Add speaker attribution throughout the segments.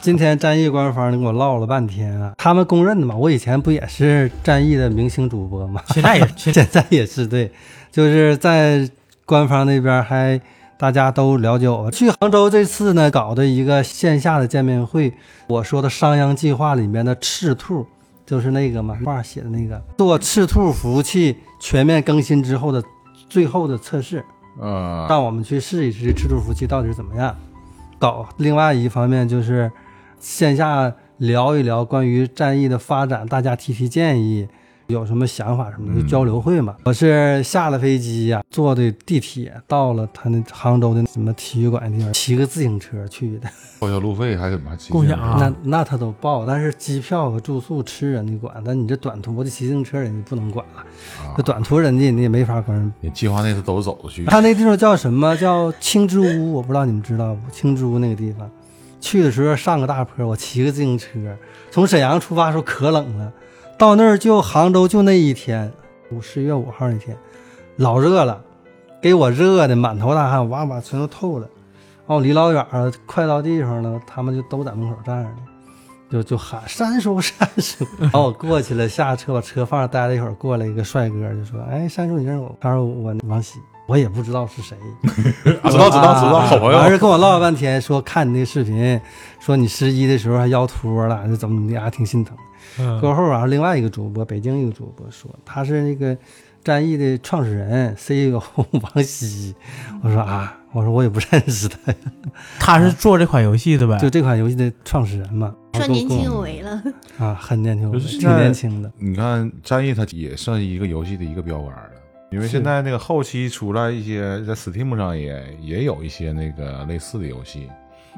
Speaker 1: 今天战役官方跟我唠了半天啊，他们公认的嘛，我以前不也是战役的明星主播嘛，
Speaker 2: 现 在也现
Speaker 1: 现在也是对，就是在官方那边还大家都了解我。去杭州这次呢，搞的一个线下的见面会，我说的商鞅计划里面的赤兔，就是那个嘛画写的那个，做赤兔服务器全面更新之后的最后的测试，
Speaker 3: 啊、
Speaker 1: 让我们去试一试赤兔服务器到底是怎么样搞。另外一方面就是线下聊一聊关于战役的发展，大家提提建议，有什么想法什么的就交流会嘛。我是下了飞机呀、坐的地铁到了他那杭州的什么体育馆地方，骑个自行车去的，
Speaker 3: 报销路费还怎么还骑
Speaker 2: 共享啊
Speaker 1: 那那他都报，但是机票和住宿吃人家管，但你这短途的骑自行车人家不能管了，这短途人家你也没法管人
Speaker 3: 你计划那次都是走着去，
Speaker 1: 他那地方叫什么？叫青之屋，我不知道你们知道不？青之屋那个地方，去的时候上个大坡，我骑个自行车，从沈阳出发的时候可冷了，到那儿就杭州就那一天，五十月五号那天，老热了，给我热的满头大汗，哇哇全都透了。哦，离老远了，快到地方了，他们就都在门口站着呢，就就喊山叔山叔，然后我过去了，下车把车放那儿待了一会儿，过来一个帅哥就说：“哎，山叔你认识我？”他说：“我王喜。”我也不知道是谁，
Speaker 3: 啊 知道知道知道，好朋
Speaker 1: 完
Speaker 3: 友，
Speaker 1: 事跟我唠了半天，说看你那个视频，说你十一的时候还腰脱了，就怎么怎么的，还挺心疼。
Speaker 2: 嗯
Speaker 1: 过后啊，另外一个主播，北京一个主播说他是那个战役的创始人 CEO 王希，我说啊，我说我也不认识他，
Speaker 3: 哎
Speaker 2: 他是做这款游戏的呗？
Speaker 1: 就这款游戏的创始人嘛。
Speaker 4: 说
Speaker 1: 然后
Speaker 4: 年
Speaker 1: 跟
Speaker 4: 轻
Speaker 1: 我
Speaker 4: 有为了，
Speaker 1: 啊，很年轻有为，
Speaker 3: 就是
Speaker 1: 挺
Speaker 3: 现在
Speaker 1: 年轻的。
Speaker 3: 你看战役它也算一个游戏的一个标杆了，因为
Speaker 1: 是
Speaker 3: 现在那个后期出来一些，在 Steam 上也也有一些那个类似的游戏，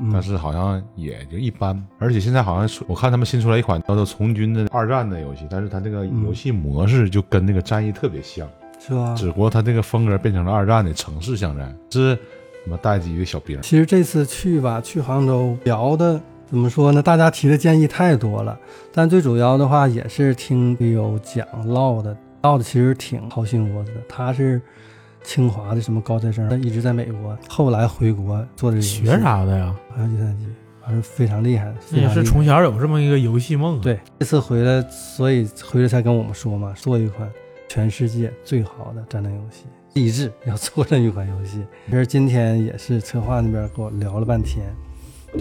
Speaker 1: 嗯
Speaker 3: 但是好像也就一般。而且现在好像是我看他们新出来一款叫做《从军》的二战的游戏，但是它这个游戏模式就跟那个战役特别像，
Speaker 1: 是吧？
Speaker 3: 只不过它这个风格变成了二战的城市巷战，是什么带着一个小兵儿，
Speaker 1: 其实这次去吧，去杭州聊的怎么说呢？大家提的建议太多了，但最主要的话也是听驴友讲唠的，唠的其实挺掏心窝子的。他是清华的什么高材生，但一直在美国，后来回国做的
Speaker 2: 学？啥的呀？
Speaker 1: 好像计算机，还是非常厉害的。
Speaker 2: 那
Speaker 1: 非
Speaker 2: 也
Speaker 1: 常
Speaker 2: 是
Speaker 1: 厉害
Speaker 2: 从小有这么一个游戏梦啊。
Speaker 1: 对这次回来，所以回来才跟我们说嘛，做一款全世界最好的战争游戏，励志要做这么一款游戏。其实今天也是策划那边跟我聊了半天，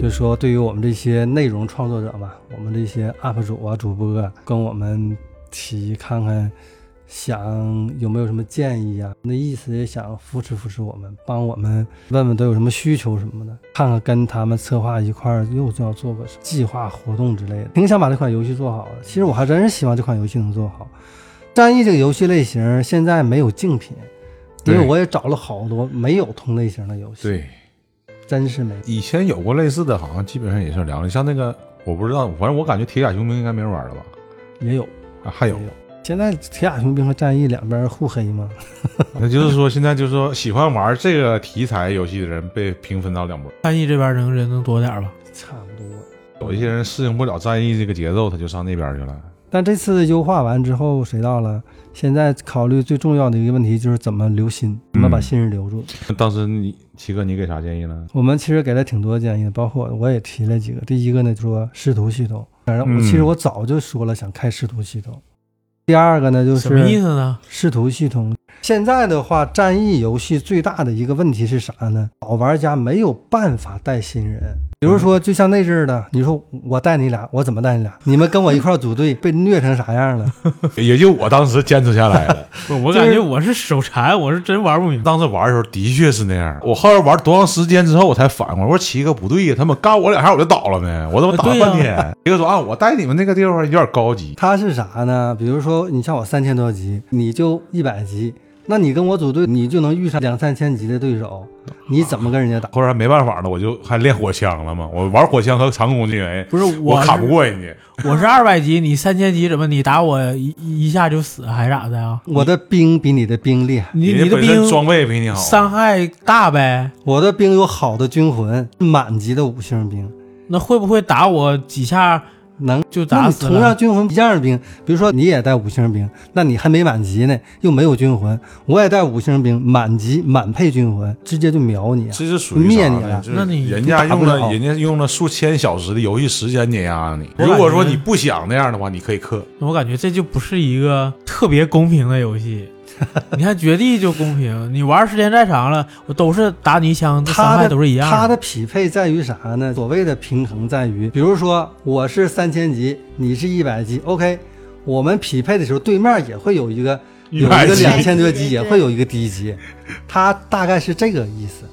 Speaker 1: 就说对于我们这些内容创作者嘛，我们这些 UP 主啊、主播啊，跟我们提看看，想有没有什么建议啊？那意思也想扶持扶持我们，帮我们问问都有什么需求什么的，看看跟他们策划一块儿又要做个计划活动之类的。挺想把这款游戏做好的，其实我还真是希望这款游戏能做好。战役这个游戏类型现在没有竞品，因为
Speaker 3: 对
Speaker 1: 我也找了好多没有同类型的游戏，，
Speaker 3: 对。
Speaker 1: 真是没有。
Speaker 3: 以前有过类似的，好像基本上也是聊的，像那个我不知道，反正我感觉铁甲雄兵应该没人玩了吧？
Speaker 1: 也有，
Speaker 3: 啊，还有
Speaker 1: 也，有。现在铁甲雄兵和战役两边互黑嘛，
Speaker 3: 那就是说现在就是说喜欢玩这个题材游戏的人被平分到两拨，
Speaker 2: 翻译这边能人能多点儿吧？
Speaker 1: 差不多。
Speaker 3: 有一些人适应不了战役这个节奏，他就上那边去了。
Speaker 1: 但这次优化完之后，谁到了？现在考虑最重要的一个问题就是怎么留心，
Speaker 2: 嗯
Speaker 1: 怎么把新人留住。
Speaker 3: 当时你七哥，你给啥建议呢？
Speaker 1: 我们其实给了挺多建议的，包括我也提了几个。第一个呢，就说师徒系统，反正我
Speaker 3: 嗯
Speaker 1: 其实我早就说了想开师徒系统。第二个呢，就
Speaker 2: 什么意
Speaker 1: 是
Speaker 2: 思呢？
Speaker 1: 师徒系统。现在的话，战役游戏最大的一个问题是啥呢？老玩家没有办法带新人。比如说，就像那阵儿的，你说我带你俩，我怎么带你俩？你们跟我一块儿组队，被虐成啥样了？
Speaker 3: 也就我当时坚持下来了。
Speaker 2: 不是我
Speaker 1: 就是
Speaker 2: 感觉我是手残，我是真玩不明白。
Speaker 3: 当时玩的时候的确是那样，我后来玩多长时间之后，我才反应过来，我说七哥不对呀，他们干我两下我就倒了没，我怎么打了半天？七哥说啊，我带你们那个地方有点高级，
Speaker 1: 它是啥呢？比如说，你像我三千多级，你就一百级，那你跟我组队，你就能遇上两三千级的对手，你怎么跟人家打？
Speaker 3: 后来没办法了，我就还练火枪了嘛，我玩火枪和长弓进 A，
Speaker 2: 不是
Speaker 3: 我
Speaker 2: 是
Speaker 3: 卡不过人家。
Speaker 2: 我是二百级，你三千级怎么你打我一一下就死还是咋的呀？
Speaker 1: 我的兵比你的兵厉害，
Speaker 2: 你
Speaker 3: 人
Speaker 2: 你
Speaker 3: 家
Speaker 2: 的
Speaker 3: 本身装
Speaker 2: 兵
Speaker 3: 备比你好，啊
Speaker 2: 伤害大呗？
Speaker 1: 我的兵有好的军魂，满级的五星兵，
Speaker 2: 那会不会打我几下
Speaker 1: 能
Speaker 2: 就
Speaker 1: 那
Speaker 2: 打
Speaker 1: 你
Speaker 2: 死
Speaker 1: 同
Speaker 2: 了
Speaker 1: 样。军魂一样的兵，比如说你也带五星兵，那你还没满级呢，又没有军魂，我也带五星兵，满级满配军魂，直接就秒你啊！
Speaker 3: 这是属于
Speaker 1: 灭
Speaker 3: 啥
Speaker 1: 你
Speaker 3: 呢
Speaker 1: 了
Speaker 3: 就是
Speaker 2: 那你
Speaker 3: 人家
Speaker 1: 打不
Speaker 3: 用
Speaker 1: 了
Speaker 3: 了人家用了数千小时的游戏时间碾压你。
Speaker 2: 我
Speaker 3: 如果
Speaker 2: 感觉
Speaker 3: 说你不想那样的话，你可以氪。
Speaker 2: 我感觉这就不是一个特别公平的 游戏。你看绝地就公平，你玩时间再长了，我都是打你一枪，这伤
Speaker 1: 它
Speaker 2: 害
Speaker 1: 的
Speaker 2: 都是一样
Speaker 1: 它的匹配在于啥呢？所谓的平衡在于，比如说我是三千级，你是一百级，OK，我们匹配的时候，对面也会有一个有一个
Speaker 3: 100级
Speaker 1: 两千多级，也
Speaker 4: 对
Speaker 1: 会有一个低级，它大概是这个意思。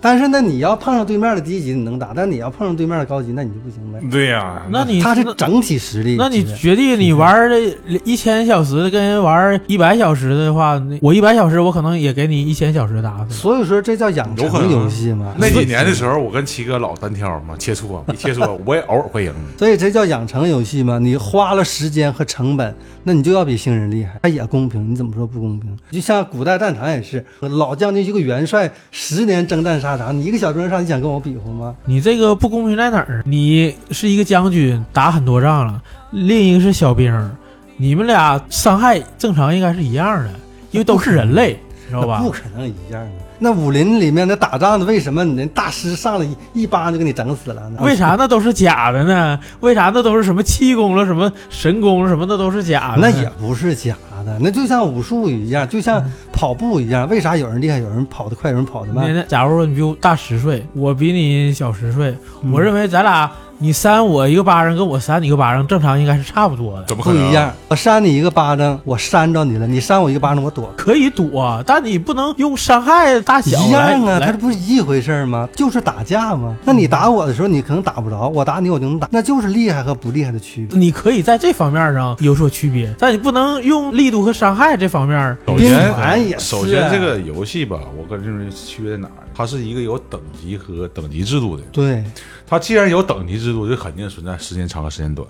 Speaker 1: 但是呢，你要碰上对面的低级，你能打；但你要碰上对面的高级，那你就不行呗。
Speaker 3: 对呀、
Speaker 2: 那你
Speaker 1: 它是整体实力级别。
Speaker 2: 那你绝地你玩这一千小时的跟人玩一百小时的话，那我一百小时我可能也给你一千小时打死。
Speaker 1: 所以说这叫养
Speaker 3: 有可
Speaker 1: 成
Speaker 3: 能
Speaker 1: 游戏嘛？
Speaker 3: 那几年的时候，我跟七哥老单挑嘛，切磋嘛，切磋，我也偶尔会赢你。
Speaker 1: 所以这叫养成游戏嘛？你花了时间和成本，那你就要比新人厉害，那也公平。你怎么说不公平？就像古代战场也是，老将军一个元帅十年征战沙场，你一个小兵上，你想跟我比划吗？
Speaker 2: 你这个不公平在哪儿？你是一个将军，打很多仗了，另一个是小兵儿，你们俩伤害正常应该是一样的，因为都 是人类，知道吧
Speaker 1: 那不？可能一样啊！那武林里面那打仗的，为什么你那大师上来一一巴就给你整死了呢？
Speaker 2: 为啥那都是假的呢？为啥那都是什么气功了、什么神功了、什么那都是假的
Speaker 1: 那
Speaker 2: 呢？
Speaker 1: 也不是假的，那就像武术一样，就像跑步一样，为啥有人厉害，有人跑得快，有人跑得慢
Speaker 2: 那？那假如说你比我大十岁，我比你小十岁，
Speaker 1: 嗯
Speaker 2: 我认为咱俩你扇我一个巴掌，跟我扇你一个巴掌，正常应该是差不啊多的，
Speaker 3: 怎么可
Speaker 1: 不
Speaker 3: 能？啊
Speaker 1: 一样，我扇你一个巴掌，我扇着你了；你扇我一个巴掌，我躲
Speaker 2: 可以躲，但你不能用伤害大小
Speaker 1: 一
Speaker 2: 来
Speaker 1: 样啊，它
Speaker 2: 来
Speaker 1: 这不是一回事儿吗？就是打架嘛。那你打我的时候，你可能打不着；我打你，我就能打，那就是厉害和不厉害的区别。
Speaker 2: 你可以在这方面上有所区别，但你不能用力度和伤害这方面。
Speaker 3: 首
Speaker 1: 兵团也
Speaker 3: 先，
Speaker 1: 是啊
Speaker 3: 首先这个游戏吧，我跟认为区别在哪儿？它是一个有等级和等级制度的。
Speaker 1: 对，
Speaker 3: 它既然有等级制度，就肯定存在时间长和时间短。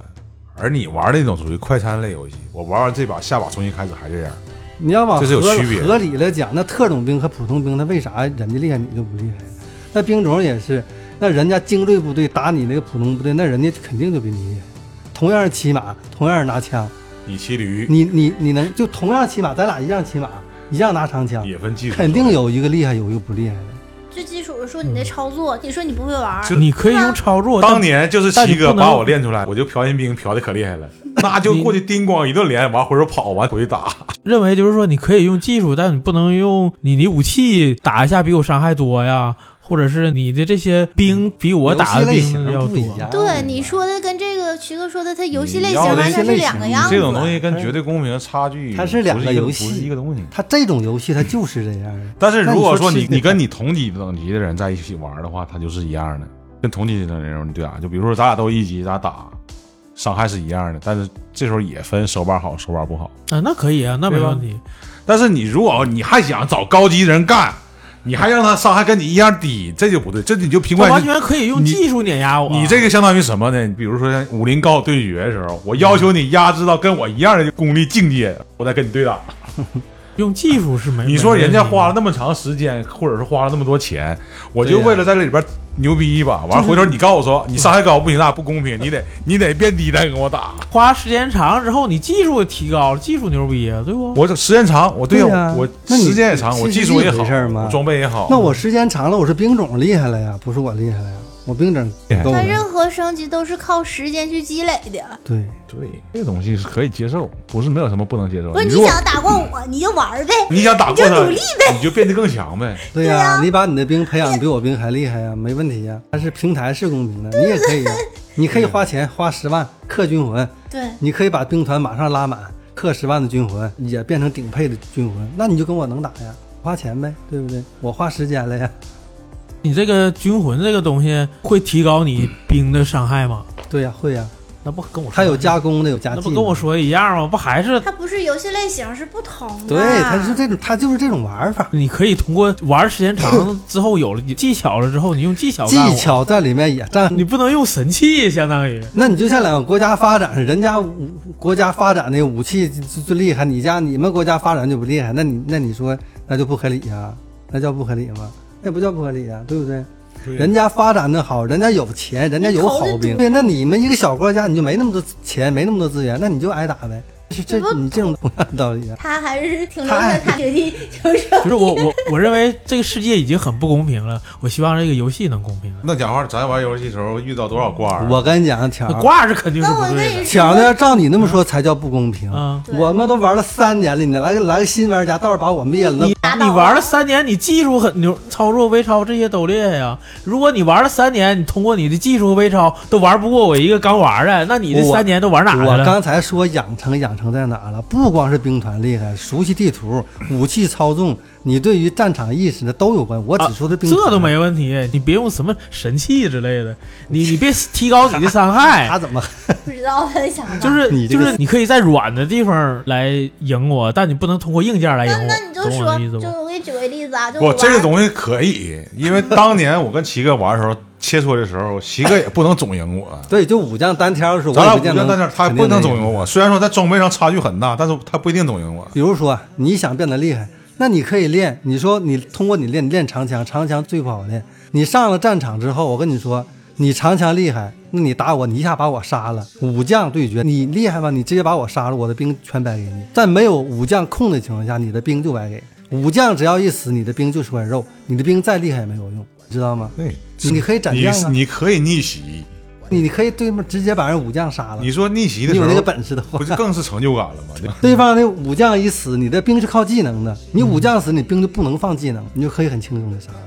Speaker 3: 而你玩那种属于快餐类游戏，我玩完这把，下把重新开始还这样。
Speaker 1: 你要往
Speaker 3: 这是有
Speaker 1: 合
Speaker 3: 区别的
Speaker 1: 合理来讲，那特种兵和普通兵，他为啥人家厉害你就不厉害？那兵种也是，那人家精锐部队打你那个普通部队，那人家肯定就比你厉害。同样是骑马，同样是拿枪，
Speaker 3: 你骑驴
Speaker 1: 你你你能就同样骑马，咱俩一样骑马，一样拿长枪，
Speaker 3: 也分技术，
Speaker 1: 肯定。有一个厉害，有一个不厉害的。
Speaker 4: 最基础的说你的操作，你说你不会玩儿，啊
Speaker 3: 就
Speaker 2: 你可以用操作，
Speaker 3: 当年就是
Speaker 2: 但
Speaker 3: 七
Speaker 2: 你
Speaker 3: 哥
Speaker 2: 不能
Speaker 3: 把我练出来，我就朴元兵朴的可厉害 了，那就过去叮咣一顿连，完回头跑，完回去打。
Speaker 2: 认为就是说你可以用技术，但你不能用你的武器打一下比我伤害多呀，或者是你的这些兵比我打
Speaker 1: 游
Speaker 2: 的
Speaker 1: 戏类
Speaker 2: 兵
Speaker 1: 型
Speaker 2: 要
Speaker 1: 不
Speaker 2: 多。
Speaker 1: 一样。
Speaker 4: 对你说的跟这个徐哥说的，它游戏类
Speaker 3: 你
Speaker 4: 型
Speaker 3: 要的
Speaker 4: 完全
Speaker 1: 游戏类
Speaker 4: 是两个
Speaker 1: 型
Speaker 4: 样子。
Speaker 3: 这种东西跟绝对公平的差距，
Speaker 1: 它是两个
Speaker 3: 不一
Speaker 1: 游戏
Speaker 3: 不是一个东西。
Speaker 1: 他这种游戏他就是这样的。
Speaker 3: 但是如果说
Speaker 1: 那你
Speaker 3: 你
Speaker 1: 说
Speaker 3: 你跟你同级等级的人在一起玩的话，他就是一样的，跟同级的人你对啊打，就比如说咱俩都一级，咱俩打，伤害是一样的，但是这时候也分手把好，手把不好。
Speaker 2: 啊，那可以啊，那没
Speaker 3: 对吧
Speaker 2: 问题。
Speaker 3: 但是你如果你还想找高级的人干，你还让他伤害跟你一样低，这就不对，这你就凭
Speaker 2: 他
Speaker 3: 关
Speaker 2: 完
Speaker 3: 系。
Speaker 2: 全可以用
Speaker 3: 你
Speaker 2: 技术碾压我。
Speaker 3: 你这个相当于什么呢？比如说像武林高手对决的时候，我要求你压制到跟我一样的功力境界，我再跟你对打。
Speaker 2: 用技术是没。
Speaker 3: 哎你说人家花了
Speaker 2: 了，
Speaker 3: 那么长时间，或者是花了那么多钱，我就
Speaker 1: 对呀
Speaker 3: 为了在这里边牛逼一把，完了回头你告诉我说你伤害高不行，那不公平，你得你得变低再跟我打。
Speaker 2: 花时间长之后，你技术提高了，技术牛逼啊，对不？
Speaker 3: 我这时间长，我
Speaker 1: 对
Speaker 3: 哦呀、
Speaker 1: 呀
Speaker 3: 我
Speaker 1: 那你
Speaker 3: 时间也长，我
Speaker 1: 其实
Speaker 3: 技术
Speaker 1: 是
Speaker 3: 也
Speaker 1: 一
Speaker 3: 好，
Speaker 1: 回事儿嘛
Speaker 3: 我装备也好。
Speaker 1: 那我时间长了，我是兵种厉害了呀，不是我厉害了呀，我兵种够
Speaker 4: 它
Speaker 1: 了。
Speaker 4: 任何升级都是靠时间去积累的，
Speaker 1: 对，
Speaker 3: 对这个东西是可以接受，不是没有什么不能接受。
Speaker 4: 不是
Speaker 3: 你
Speaker 4: 你
Speaker 3: 如果
Speaker 4: 想打过我，你就玩儿呗。
Speaker 3: 你想打过
Speaker 4: 你
Speaker 3: 他
Speaker 4: 就努力，
Speaker 3: 你就变得更强呗。
Speaker 1: 对
Speaker 4: 对
Speaker 1: 呀、
Speaker 4: 呀
Speaker 1: 你把你的兵培养得比我兵还厉害呀，没问题呀。但是平台是公平的，你也可以 呀，你可以花钱花十万氪军魂，
Speaker 4: 对，
Speaker 1: 你可以把兵团马上拉满，氪十万的军魂也变成顶配的军魂，那你就跟我能打呀，花钱呗，对不对？我花时间了呀，
Speaker 2: 你这个军魂这个东西会提高你兵的伤害吗？
Speaker 1: 对呀、会呀、
Speaker 2: 那不跟我说
Speaker 1: 它有加工的，有加
Speaker 2: 那
Speaker 1: 技
Speaker 2: 不
Speaker 1: 的，
Speaker 2: 跟我说的一样吗？不还是
Speaker 4: 它不是游戏类型是不同啊的。
Speaker 1: 对，它是这种，它就是这种玩法。
Speaker 2: 你可以通过玩时间 长之后有了技巧了之后，你用技巧干我
Speaker 1: 技，巧在里面也占
Speaker 2: 你不能用神器，相当于
Speaker 1: 那你就像两个国家发展似的，人家武国家发展那个武器就就就厉害，你家你们国家发展就不啊厉害，那你那你说那就不合理呀、那叫不合理吗？那不叫不合理呀、对不对？人家发展的好，人家有钱，人家有好兵。对，那你们一个小国家，你就没那么多钱，没那么多资源，那你就挨打呗。是这
Speaker 4: 这不
Speaker 1: 你这种同样的道理啊。
Speaker 4: 他还是挺留在他决定，就是
Speaker 2: 就是我我我认为这个世界已经很不公平了，我希望这个游戏能公平。
Speaker 3: 那讲话，咱玩游戏的时候遇到多少挂儿？
Speaker 1: 我跟你讲，条
Speaker 2: 那挂是肯定是
Speaker 4: 那我
Speaker 2: 不
Speaker 4: 跟
Speaker 2: 对
Speaker 4: 你
Speaker 2: 的
Speaker 1: 条条，照你那么说才叫不公平。
Speaker 2: 啊！
Speaker 4: 对
Speaker 1: 我们都玩了三年了，你来个来个新玩家，倒是把我灭了，那
Speaker 2: 你
Speaker 4: 打倒
Speaker 2: 你玩了三年，你技术很牛，操作微操这些都厉害呀、如果你玩了三年，你通过你的技术和微操都玩不过我一个刚玩的，那你这
Speaker 1: 我
Speaker 2: 三年都玩哪去
Speaker 1: 我
Speaker 2: 了？
Speaker 1: 刚才说养成养成在哪了？不光是兵团厉害，熟悉地图、武器操纵，你对于战场意识的都有关。我只说的兵团、
Speaker 2: 啊这都没问题，你别用什么神器之类的，你你别提高你的伤害，
Speaker 1: 他怎么
Speaker 4: 不知道他想法。
Speaker 2: 就是
Speaker 1: 你这
Speaker 2: 就
Speaker 1: 个
Speaker 2: 是你可以在软的地方来赢我，但你不能通过硬件来赢
Speaker 4: 那
Speaker 2: 我，
Speaker 4: 那你就
Speaker 2: 哎懂我
Speaker 4: 说
Speaker 2: 的意思，
Speaker 4: 就
Speaker 2: 不？
Speaker 4: 我给你举个例子啊，就
Speaker 3: 我这个
Speaker 4: 玩
Speaker 3: 东西可以，因为当年我跟齐哥玩的时候，切磋的时候，齐哥也不能总赢我。
Speaker 1: 对？就武将单挑的时候，
Speaker 3: 咱
Speaker 1: 我
Speaker 3: 俩
Speaker 1: 也
Speaker 3: 不
Speaker 1: 见
Speaker 3: 见
Speaker 1: 能
Speaker 3: 在那儿，他也不能总赢我。虽然说在装备上差距很大，但是他不一定总赢我。
Speaker 1: 比如说你想变得厉害，那你可以练。你说你通过你练，你练长枪，长枪最不好练。你上了战场之后，我跟你说，你长枪厉害，那你打我，你一下把我杀了。武将对决，你厉害吧？你直接把我杀了，我的兵全白给你。在没有武将控的情况下，你的兵就白给。武将只要一死，你的兵就是块肉，你的兵再厉害也没有用，知道吗？
Speaker 3: 对，
Speaker 1: 你可以斩
Speaker 3: 你
Speaker 1: 将啊，
Speaker 3: 你可以逆袭。
Speaker 1: 你你可以对面直接把人武将杀了。
Speaker 3: 你说逆袭的
Speaker 1: 你
Speaker 3: 时
Speaker 1: 有
Speaker 3: 候，
Speaker 1: 那个本事的话
Speaker 3: 不，就更是成就感了吗？对吧
Speaker 1: 对方的武将一死，你的兵是靠技能的，你武将死，你兵就不能放技能，你就可以很轻松的杀了，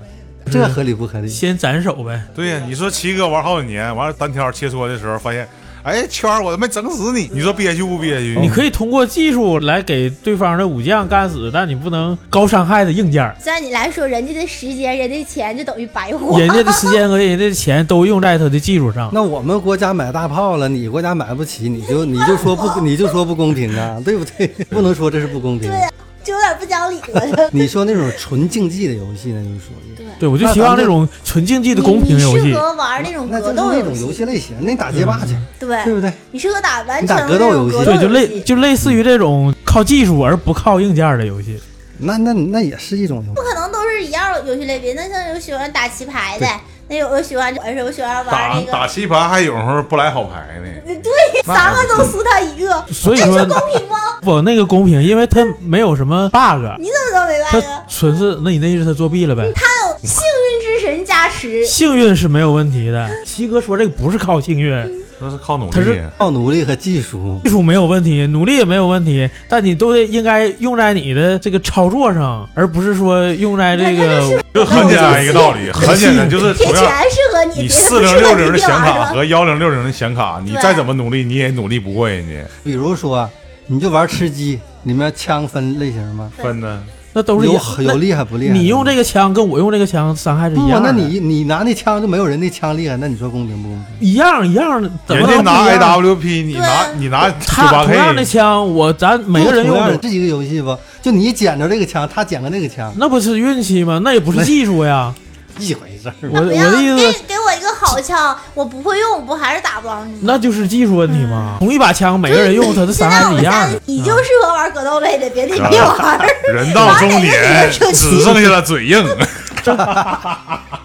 Speaker 2: 嗯
Speaker 1: 这个合理不合理？
Speaker 2: 先斩首呗。
Speaker 3: 对呀，你说齐哥玩好几年，完了单挑切磋的时候发现，哎，圈儿我他妈整死你！你说憋屈不憋屈？
Speaker 1: 哦
Speaker 2: 你可以通过技术来给对方的武将干死，但你不能高伤害的硬件儿。
Speaker 4: 在你来说，人家的时间、人家的钱就等于白花。
Speaker 2: 人家的时间和人家的钱都用在他的技术上。
Speaker 1: 那我们国家买大炮了，你国家买不起，你就你就说不你就说不公平啊， 对不对？不能说这是不公平
Speaker 4: 对。呀、啊就有点不讲理 了。
Speaker 1: 你说那种纯竞技的游戏，那就是属于
Speaker 2: 对，我就希望那种纯竞技的公平游
Speaker 4: 你你
Speaker 2: 戏
Speaker 4: 适。合玩那种
Speaker 1: 那就
Speaker 4: 格
Speaker 1: 是
Speaker 4: 斗
Speaker 1: 那种
Speaker 4: 戏，
Speaker 1: 游戏类型，那你打街霸去，对
Speaker 2: 嗯
Speaker 4: 对，
Speaker 1: 不对？
Speaker 4: 你适合打完
Speaker 1: 你
Speaker 4: 全
Speaker 1: 打格斗游戏
Speaker 4: 那种
Speaker 2: 对，就类就类似于这种靠技术而不靠硬件儿的游戏。
Speaker 4: 哎
Speaker 1: 那那那也是一种游戏
Speaker 4: 不。可能都是一样的游戏类别。那像有喜欢打棋牌的，那有有喜欢玩有喜欢玩
Speaker 3: 打打
Speaker 4: 那个，呃
Speaker 3: 棋盘还有时候不来好牌呢。
Speaker 4: 对，
Speaker 3: 那
Speaker 4: 三个都输他一个，
Speaker 2: 所以
Speaker 4: 这
Speaker 2: 说
Speaker 4: 是公平吗？
Speaker 2: 我那个公平，因为它没有什么 bug，
Speaker 4: 你怎么知道没
Speaker 2: 它
Speaker 4: 玩呢？
Speaker 2: 纯是那你那意思他作弊了呗？
Speaker 4: 他有幸运之神加持，
Speaker 2: 幸运是没有问题的。西哥说这个不是靠幸运，
Speaker 3: 那是靠努
Speaker 2: 他
Speaker 3: 力
Speaker 2: 是。
Speaker 1: 靠努力和技术，
Speaker 2: 技术没有问题，努力也没有问题，但你都得应该用在你的这个操作上，而不是说用在这个
Speaker 3: 这很简单一个道理，很简单，就是
Speaker 4: 铁
Speaker 3: 同样
Speaker 4: 拳适合你，
Speaker 3: 你
Speaker 4: 别
Speaker 3: 四
Speaker 4: 的不
Speaker 3: 零
Speaker 4: 适
Speaker 3: 六
Speaker 4: 合
Speaker 3: 零
Speaker 4: 你
Speaker 3: 的
Speaker 4: 别
Speaker 3: 显
Speaker 4: 玩
Speaker 3: 卡
Speaker 4: 了。
Speaker 3: 和幺零六零的显卡，你
Speaker 4: 对
Speaker 3: 再怎么努力，你也努力不过人家。
Speaker 1: 比如说你就玩吃鸡，里面枪分类型吗？
Speaker 3: 分呢？
Speaker 2: 那都是一
Speaker 1: 有
Speaker 2: 样
Speaker 1: 有厉害不厉害的？
Speaker 2: 你用这个枪跟我用这个枪伤害是
Speaker 1: 不
Speaker 2: 一，样
Speaker 1: 那
Speaker 2: 的，
Speaker 1: 你你拿那枪就没有人那枪厉害，那你说公平不公平？
Speaker 2: 一样一样的，怎么
Speaker 3: 人家
Speaker 2: 能
Speaker 3: 拿
Speaker 2: 不一样
Speaker 3: AWP，你拿
Speaker 4: 对
Speaker 3: 你拿九
Speaker 2: 他
Speaker 3: 八
Speaker 2: 同样的
Speaker 3: K，
Speaker 2: 枪，我咱每个人用
Speaker 1: 同样的
Speaker 2: 的，
Speaker 1: 这一个游戏不？就你捡着这个枪，他捡个那个枪，
Speaker 2: 那不是运气吗？那也不是技术呀。
Speaker 1: 一回事儿啊
Speaker 2: 我
Speaker 1: 吗。
Speaker 2: 我
Speaker 4: 不要
Speaker 2: 的意
Speaker 4: 给
Speaker 2: 思，
Speaker 4: 给我一个好枪，我不会用，我不还是打不着你吗？
Speaker 2: 那嗯就是技术问题嘛。同一把枪，每
Speaker 1: 哎
Speaker 2: 个人用它的伤害是一
Speaker 1: 啊
Speaker 2: 样的。
Speaker 4: 你就适合玩格斗类的，别的
Speaker 3: 啊
Speaker 4: 你别玩 儿。
Speaker 3: 人到中年只剩下了嘴硬。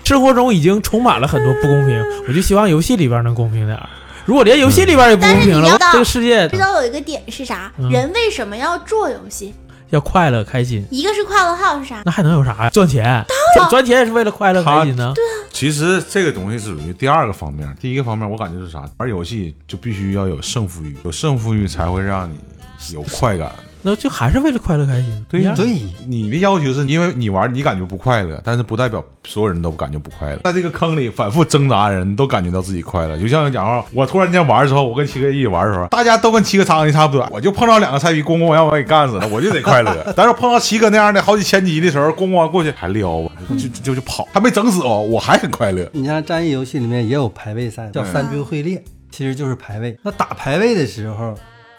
Speaker 2: 生活中已经充满了很多不公平，我就希望游戏里边能公平点儿。如果连游戏里边也不公平
Speaker 4: 但是你
Speaker 2: 了
Speaker 4: 要，到
Speaker 2: 这个世界
Speaker 4: 知道有一个点是啥？
Speaker 2: 嗯
Speaker 4: 人为什么要做游戏？
Speaker 2: 要快乐开心，
Speaker 4: 一个是快乐，还有是啥？
Speaker 2: 那还能有啥呀？赚钱，赚钱也是为了快乐开心呢。
Speaker 3: 其实这个东西是属于第二个方面，第一个方面我感觉是啥？玩游戏就必须要有胜负欲，有胜负欲才会让你有快感。
Speaker 2: 那就还是为了快乐开心。一样
Speaker 1: 对，
Speaker 3: 你的要求是因为你玩你感觉不快乐，但是不代表所有人都感觉不快乐。在这个坑里反复挣扎的人都感觉到自己快乐，就像讲话，我突然间玩的时候，我跟七哥一起玩的时候，大家都跟七哥长得差不多，我就碰到两个菜逼，咣咣让我给干死了，我就得快 乐。但是碰到七哥那样的好几千级的时候，咣咣过去还撩我，就就就跑，还没整死我，我还很快乐。
Speaker 1: 你像战役游戏里面也有排位赛，叫
Speaker 3: 嗯
Speaker 1: 三军会列，其实就是排位。那打排位的时候，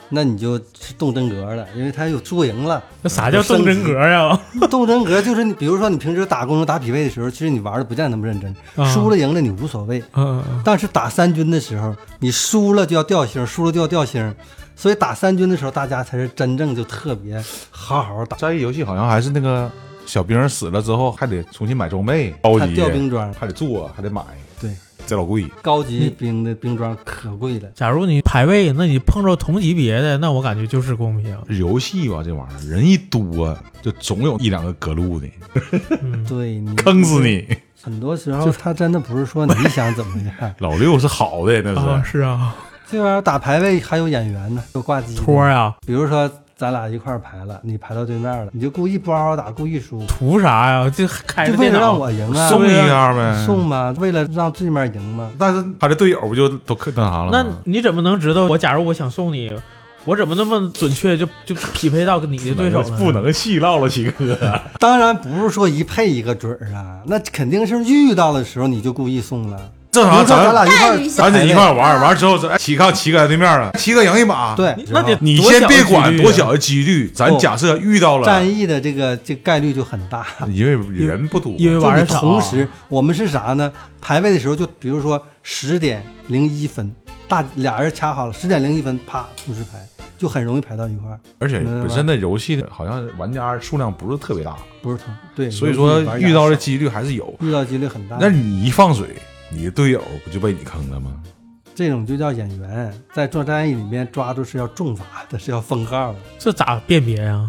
Speaker 1: 那你就是动真格了，因为他有输赢了。
Speaker 2: 那啥叫动真格呀？
Speaker 1: 动真格就是你，比如说你平时打工打匹配的时候，其实你玩的不见那么认真，
Speaker 2: 啊
Speaker 1: 输了赢了你无所谓。
Speaker 2: 嗯，嗯
Speaker 1: 但是打三军的时候，你输了就要掉星，输了就要掉星，所以打三军的时候，大家才是真正就特别好好打。
Speaker 3: 战役游戏好像还是那个小兵死了之后还得重新买装备，高
Speaker 1: 看
Speaker 3: 级
Speaker 1: 调兵装，
Speaker 3: 还得做，还得买，
Speaker 1: 对，
Speaker 3: 这老贵。
Speaker 1: 高级兵的兵装可贵了。
Speaker 2: 假如你排位，那你碰着同级别的，那我感觉就是公平。
Speaker 3: 游戏吧，这玩意儿人一多，就总有一两个隔路嗯的，
Speaker 2: 嗯，
Speaker 1: 对你
Speaker 3: 坑死！你。
Speaker 1: 很多时候
Speaker 2: 就
Speaker 1: 他真的不是说你想怎么样，
Speaker 3: 老六是好的，那
Speaker 2: 啊，
Speaker 3: 是
Speaker 2: 是啊，
Speaker 1: 这玩意儿打排位还有演员呢，有挂机的
Speaker 2: 托儿呀，
Speaker 1: 比如说咱俩一块儿排了，你排到对面了，你就故意不好好打，故意输，
Speaker 2: 图啥呀？这开
Speaker 1: 就
Speaker 2: 着
Speaker 1: 为
Speaker 2: 电
Speaker 1: 了让
Speaker 2: 脑，
Speaker 1: 我赢啊，
Speaker 3: 送
Speaker 1: 为
Speaker 3: 你
Speaker 1: 了
Speaker 3: 一
Speaker 1: 让
Speaker 3: 下呗。
Speaker 1: 送嘛，为了让对面赢嘛。
Speaker 3: 但是他的队友不就都可那啥了
Speaker 2: 那
Speaker 3: 吗？
Speaker 2: 你怎么能知道？我假如我想送你，我怎么那么准确就就匹配到你的对手呢？
Speaker 3: 不能细唠了，七哥。
Speaker 1: 当然不是说一配一个准儿啊，那肯定是遇到的时候你就故意送了。
Speaker 3: 正
Speaker 1: 比如
Speaker 3: 常
Speaker 1: 说咱
Speaker 3: 啊咱
Speaker 1: 俩一块
Speaker 4: 干一
Speaker 1: 儿，
Speaker 4: 下
Speaker 3: 咱得一块儿玩儿，玩儿之后咱哎七个七个对面了，七个赢一把。，
Speaker 1: 对，
Speaker 2: 那得
Speaker 3: 你
Speaker 2: 多
Speaker 3: 先
Speaker 2: 小
Speaker 3: 别
Speaker 2: 几
Speaker 3: 管
Speaker 2: 率
Speaker 3: 多
Speaker 2: 啊
Speaker 3: 小的几率，咱
Speaker 1: 不
Speaker 3: 假设遇到了
Speaker 1: 战，役的这个这概率就很大。
Speaker 3: 因为人不多，
Speaker 2: 因为
Speaker 1: 就
Speaker 2: 玩
Speaker 1: 你
Speaker 2: 的少，啊
Speaker 1: 同时，我们是啥呢？排位的时候，就比如说十点零一分，大俩人掐好了，十点零一分，啪，同时排，就很容易排到一块儿，
Speaker 3: 而且
Speaker 1: 明白吧
Speaker 3: 本身的游戏好像玩家数量不是特别大，
Speaker 1: 不是同对。
Speaker 3: 所以说
Speaker 1: 尤其
Speaker 3: 遇到的
Speaker 1: 玩家
Speaker 3: 几率还是有。
Speaker 1: 少遇到几率很大。
Speaker 3: 那你一放水，你的队友不就被你坑了吗？
Speaker 1: 这种就叫演员，在作战役里面抓住是要重罚的，是要封号的，
Speaker 2: 这咋辨别呀？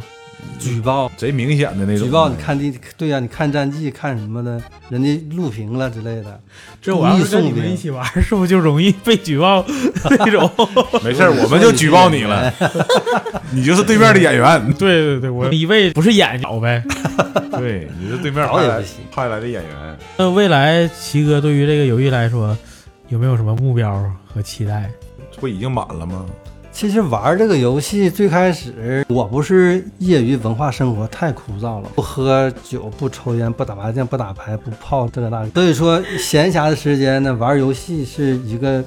Speaker 1: 举报。
Speaker 3: 贼明显的那种。嗯
Speaker 1: 举报你
Speaker 2: 嗯
Speaker 1: 看地，对呀、你看战绩，看什么的，人家录屏了之类的，
Speaker 2: 这我要
Speaker 1: 故意
Speaker 2: 是跟
Speaker 1: 送
Speaker 2: 你们
Speaker 1: 的
Speaker 2: 一起玩，是不是就容易被举报 那种？
Speaker 3: 没事儿，我们就举报你 了， 你就是对面的演 员。
Speaker 2: 对对对，我一位不是眼角呗。
Speaker 3: 对，你是对面
Speaker 1: 找也不行
Speaker 3: 派来的演员。
Speaker 2: 那未来奇哥对于这个游戏来说，有没有什么目标和期待？
Speaker 3: 这不已经满了吗？
Speaker 1: 其实玩这个游戏最开始，我不是业余文化生活太枯燥了，不喝酒、不抽烟、不打麻将、不打牌、不泡这个那个，所以说闲暇的时间呢，玩游戏是一个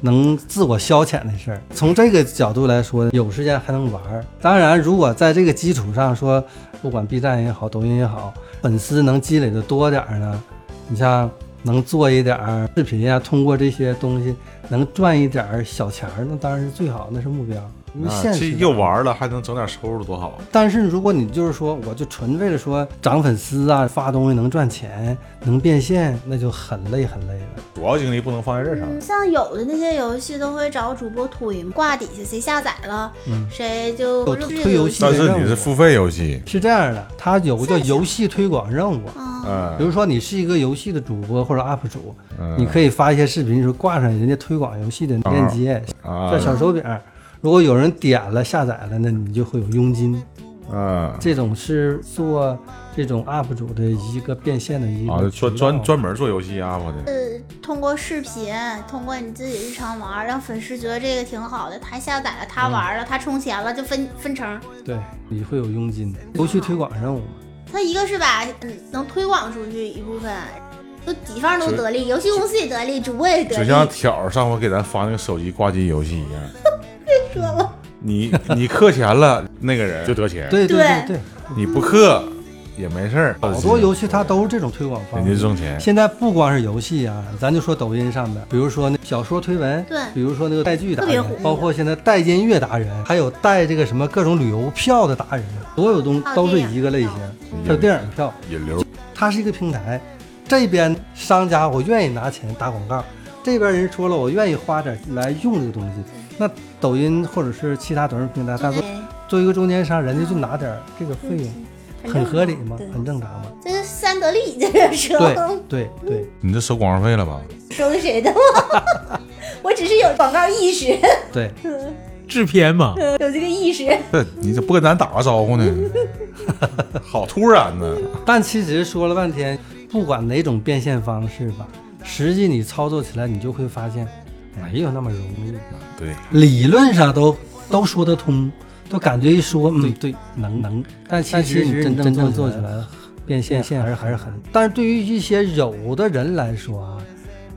Speaker 1: 能自我消遣的事儿。从这个角度来说，有时间还能玩儿。当然，如果在这个基础上说，不管 B 站也好，抖音也好，粉丝能积累的多点儿呢，你像能做一点儿视频呀、通过这些东西能赚一点儿小钱儿，那当然是最好，那是目标。因为
Speaker 3: 啊
Speaker 1: 现
Speaker 3: 这
Speaker 1: 实
Speaker 3: 又玩了，还能整点收入，多好！啊
Speaker 1: 但是如果你就是说，我就纯为了说涨粉丝啊，发东西能赚钱，能变现，那就很累很累了。
Speaker 3: 主要精力不能放在这上。
Speaker 1: 嗯
Speaker 4: 嗯像有的那些游戏都会找主播推嘛，挂底下谁下载了，
Speaker 1: 嗯
Speaker 4: 谁就
Speaker 1: 有
Speaker 4: 呃不是
Speaker 1: 推
Speaker 4: 这个
Speaker 1: 游戏
Speaker 3: 但是你是付费游戏，
Speaker 1: 是这样的，它有个叫游戏推广任务，
Speaker 4: 啊，
Speaker 3: 嗯
Speaker 1: 比，如说你是一个游戏的主播或者 UP 主，
Speaker 3: 嗯
Speaker 1: 你可以发一些视频，说挂上人家推广游戏的链接，
Speaker 3: 啊
Speaker 1: 在，小手柄儿。如果有人点了下载了，那你就会有佣金。
Speaker 3: 嗯，
Speaker 1: 这种是做这种 UP 主的一个变现的一
Speaker 3: 啊，
Speaker 1: 个渠道
Speaker 3: 专专专门做游戏 UP 的，
Speaker 4: 呃，通过视频，通过你自己日常玩，让粉丝觉得这个挺好的，他下载了，他
Speaker 1: 嗯
Speaker 4: 玩了，他充钱了，就分分成。
Speaker 1: 对，你会有佣金。游戏推广任务嘛，
Speaker 4: 他一个是把嗯能推广出去一部分，就几方都得利，游戏公司也得利，主播也得
Speaker 3: 就
Speaker 4: 利。
Speaker 3: 像挑儿上回给咱发那个手机挂机游戏一样，
Speaker 4: 说了，
Speaker 3: 你你氪钱了，那个人就得钱；
Speaker 1: 对对
Speaker 4: 对
Speaker 1: 对，
Speaker 3: 你不氪也没事儿。
Speaker 1: 好多游戏它都是这种推广方
Speaker 3: 人家
Speaker 1: 式。
Speaker 3: 挣钱，
Speaker 1: 现在不光是游戏啊，咱就说抖音上面，比如说那小说推文，
Speaker 4: 对
Speaker 1: 比如说那个带剧达人
Speaker 4: 特别，火
Speaker 1: 包括现在带音乐达人，还有带这个什么各种旅游票的达人，所有东
Speaker 4: 哦
Speaker 1: 都是
Speaker 4: 电影
Speaker 1: 一个类型，还有电影票，
Speaker 3: 引流
Speaker 1: 它是一个平台。这边商家我愿意拿钱打广告，这边人说了我愿意花点来用这个东西，那抖音或者是其他短视频平台，它做
Speaker 4: 对
Speaker 1: 做一个中间商，人家就拿点这个费用，
Speaker 4: 嗯
Speaker 1: 很合理嘛
Speaker 4: 对，
Speaker 1: 很正常嘛。
Speaker 4: 这是三得利，这个时候
Speaker 1: 对对对，
Speaker 3: 你这收广告费了吧？
Speaker 4: 收的谁的吗？ 我只是有广告意识，
Speaker 1: 对，
Speaker 2: 制片嘛，
Speaker 4: 有这个意识。
Speaker 3: 这你怎么不跟咱打个招呼呢？ 好突然呢！
Speaker 1: 但其实说了半天，不管哪种变现方式吧，实际你操作起来，你就会发现没有那么容易。
Speaker 3: 对，
Speaker 1: 理论上都都说得通，都感觉一说，嗯，对，能能。但其实你真正做起来，变现还是还是很。但是对于一些有的人来说啊，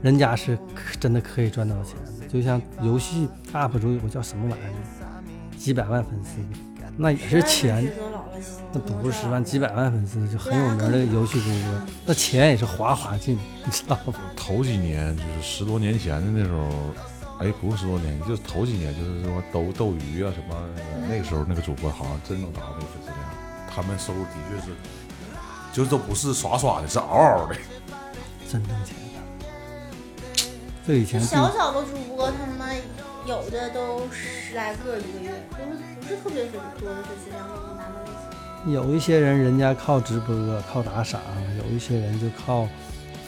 Speaker 1: 人家是可真的可以赚到钱的。就像游戏 UP 主有个叫什么玩意儿，几百万粉丝，那也是钱。那不是十万，
Speaker 4: 啊
Speaker 1: 几百万粉丝就很有名的游戏主播，那钱也是哗哗进，你知道不？
Speaker 3: 头几年就是十多年前的那时候，哎，不是十多年，就是头几年，就是说斗斗鱼啊什么那个，那个时候那个主播好像真能达到那个粉丝量，他们收入的确是
Speaker 5: 就都不是耍耍的，是嗷嗷的。
Speaker 1: 真挣钱的。这以前地
Speaker 4: 小小的主播，他们有的都十来个一个月，都是不是特别多的粉丝量能拿到那些。
Speaker 1: 有一些人人家靠直播、靠打赏，有一些人就靠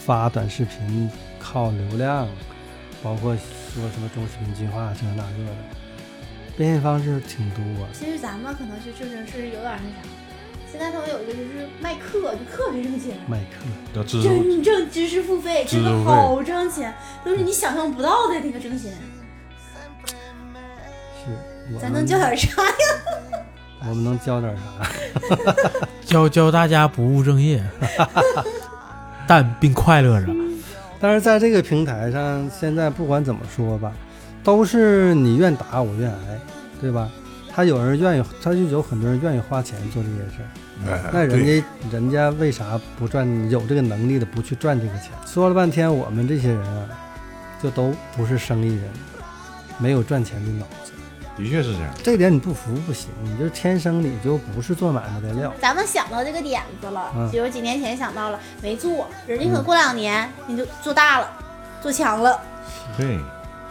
Speaker 1: 发短视频、靠流量，包括说什么周期平均化这那个的，变现方式挺多、啊
Speaker 4: 其实咱们可能是确实是有点那啥，现在他们有一个就是卖课，就课别挣钱，
Speaker 1: 卖课。
Speaker 3: 要知足
Speaker 4: 真正知识付费
Speaker 3: 知识
Speaker 4: 真的
Speaker 3: 付费
Speaker 4: 好挣钱，都是你想象不到的那个挣钱。
Speaker 1: 是，我
Speaker 4: 咱
Speaker 1: 们
Speaker 4: 能教点啥呀？
Speaker 1: 我们能教点啥？
Speaker 2: 教教大家不务正业， 但并快乐着。
Speaker 1: 但是在这个平台上，现在不管怎么说吧，都是你愿打我愿挨，对吧？他有人愿意，他就有很多人愿意花钱做这件事儿。
Speaker 5: 哎
Speaker 1: 那人
Speaker 5: 对
Speaker 1: 家人家为啥不赚？有这个能力的不去赚这个钱？说了半天，我们这些人啊，就都不是生意人，没有赚钱的脑子。
Speaker 3: 的确是这样。
Speaker 1: 这点你不服不行，你就是天生你就不是做买卖的料。
Speaker 4: 咱们想到这个点子了，
Speaker 1: 嗯
Speaker 4: 比如几年前想到了，没做，人家可能过两年你就做大了，做强了。
Speaker 3: 对，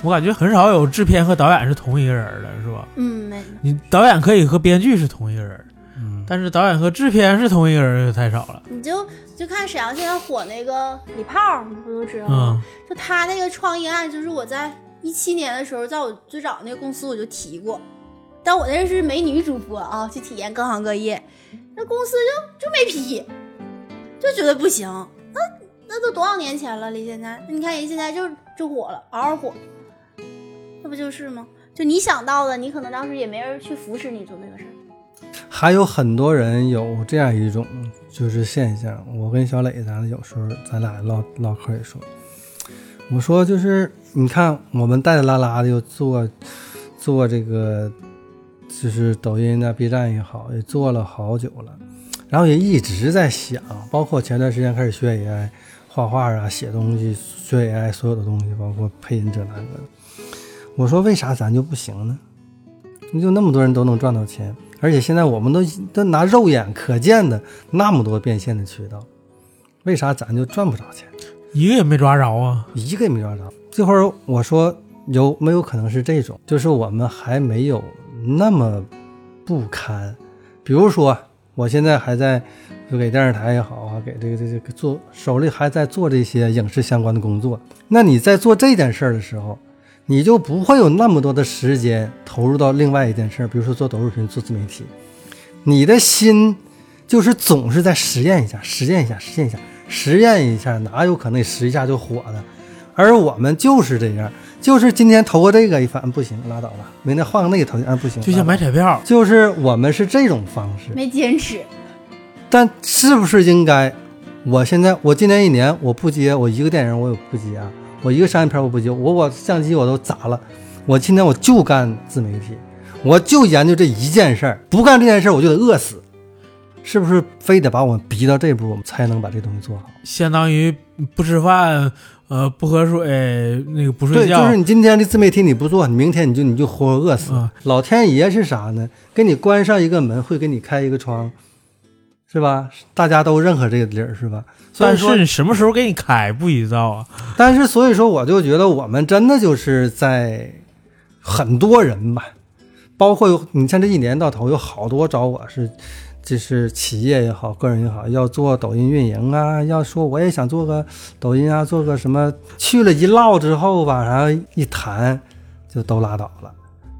Speaker 2: 我感觉很少有制片和导演是同一个人儿的，是吧？
Speaker 4: 嗯，没
Speaker 2: 你导演可以和编剧是同一个人儿，
Speaker 1: 嗯，
Speaker 2: 但是导演和制片是同一个人儿就太少了。
Speaker 4: 你就就看沈阳现在火那个李炮，你不都知道
Speaker 2: 嗯，
Speaker 4: 吗？就他那个创业案，就是我在一七年的时候，在我最早那个公司我就提过，但我那是美女主播啊，去体验各行各业，那公司就就没批，就觉得不行。那那都多少年前了，离现在，你看人现在就就火了，嗷嗷火，那不就是吗？就你想到的，你可能当时也没人去扶持你做那个事儿。
Speaker 1: 还有很多人有这样一种就是现象，我跟小磊咱有时候咱俩唠唠嗑也说，我说就是你看我们带带拉拉的又做做这个，就是抖音啊、B 站也好，也做了好久了，然后也一直在想，包括前段时间开始学 AI 画画啊、写东西、学 AI 所有的东西，包括配音这那个的。我说为啥咱就不行呢？你就那么多人都能赚到钱，而且现在我们都都拿肉眼可见的那么多变现的渠道，为啥咱就赚不着钱？
Speaker 2: 一个也没抓着啊。
Speaker 1: 一个也没抓着。这会儿我说有没有可能是这种，就是我们还没有那么不堪。比如说，我现在还在就给电视台也好啊，给这个这个这个做手里还在做这些影视相关的工作。那你在做这件事儿的时候，你就不会有那么多的时间投入到另外一件事儿，比如说做抖音视频、做自媒体，你的心就是总是在实验一下、实验一下、实验一下、实验一下，哪有可能你实一下就火的？而我们就是这样，就是今天投过这个一发，嗯不行，拉倒吧；明天换个那个投，嗯，不行，
Speaker 2: 就像买
Speaker 1: 拉倒
Speaker 2: 彩票，
Speaker 1: 就是我们是这种方式。
Speaker 4: 没坚持，
Speaker 1: 但是不是应该？我现在我今年一年我不接，我一个电影我也不接啊，我一个商业片我不接，我我相机我都砸了，我今年我就干自媒体，我就研究这一件事儿，不干这件事儿我就得饿死，是不是非得把我们逼到这步，我们才能把这东西做好？
Speaker 2: 相当于不吃饭，呃，不喝水，那个不睡
Speaker 1: 对，
Speaker 2: 觉，
Speaker 1: 就是你今天这自媒体你不做，你明天你就你就活饿死。
Speaker 2: 嗯
Speaker 1: 老天爷是啥呢？给你关上一个门，会给你开一个窗，是吧？大家都认可这个理儿，是吧？所以
Speaker 2: 但
Speaker 1: 说
Speaker 2: 是你什么时候给你开不一道啊？
Speaker 1: 但是所以说，我就觉得我们真的就是在很多人吧，包括有你像这一年到头有好多找我是，就是企业也好，个人也好，要做抖音运营啊，要说我也想做个抖音啊，做个什么，去了一唠之后吧，然后一谈就都拉倒了。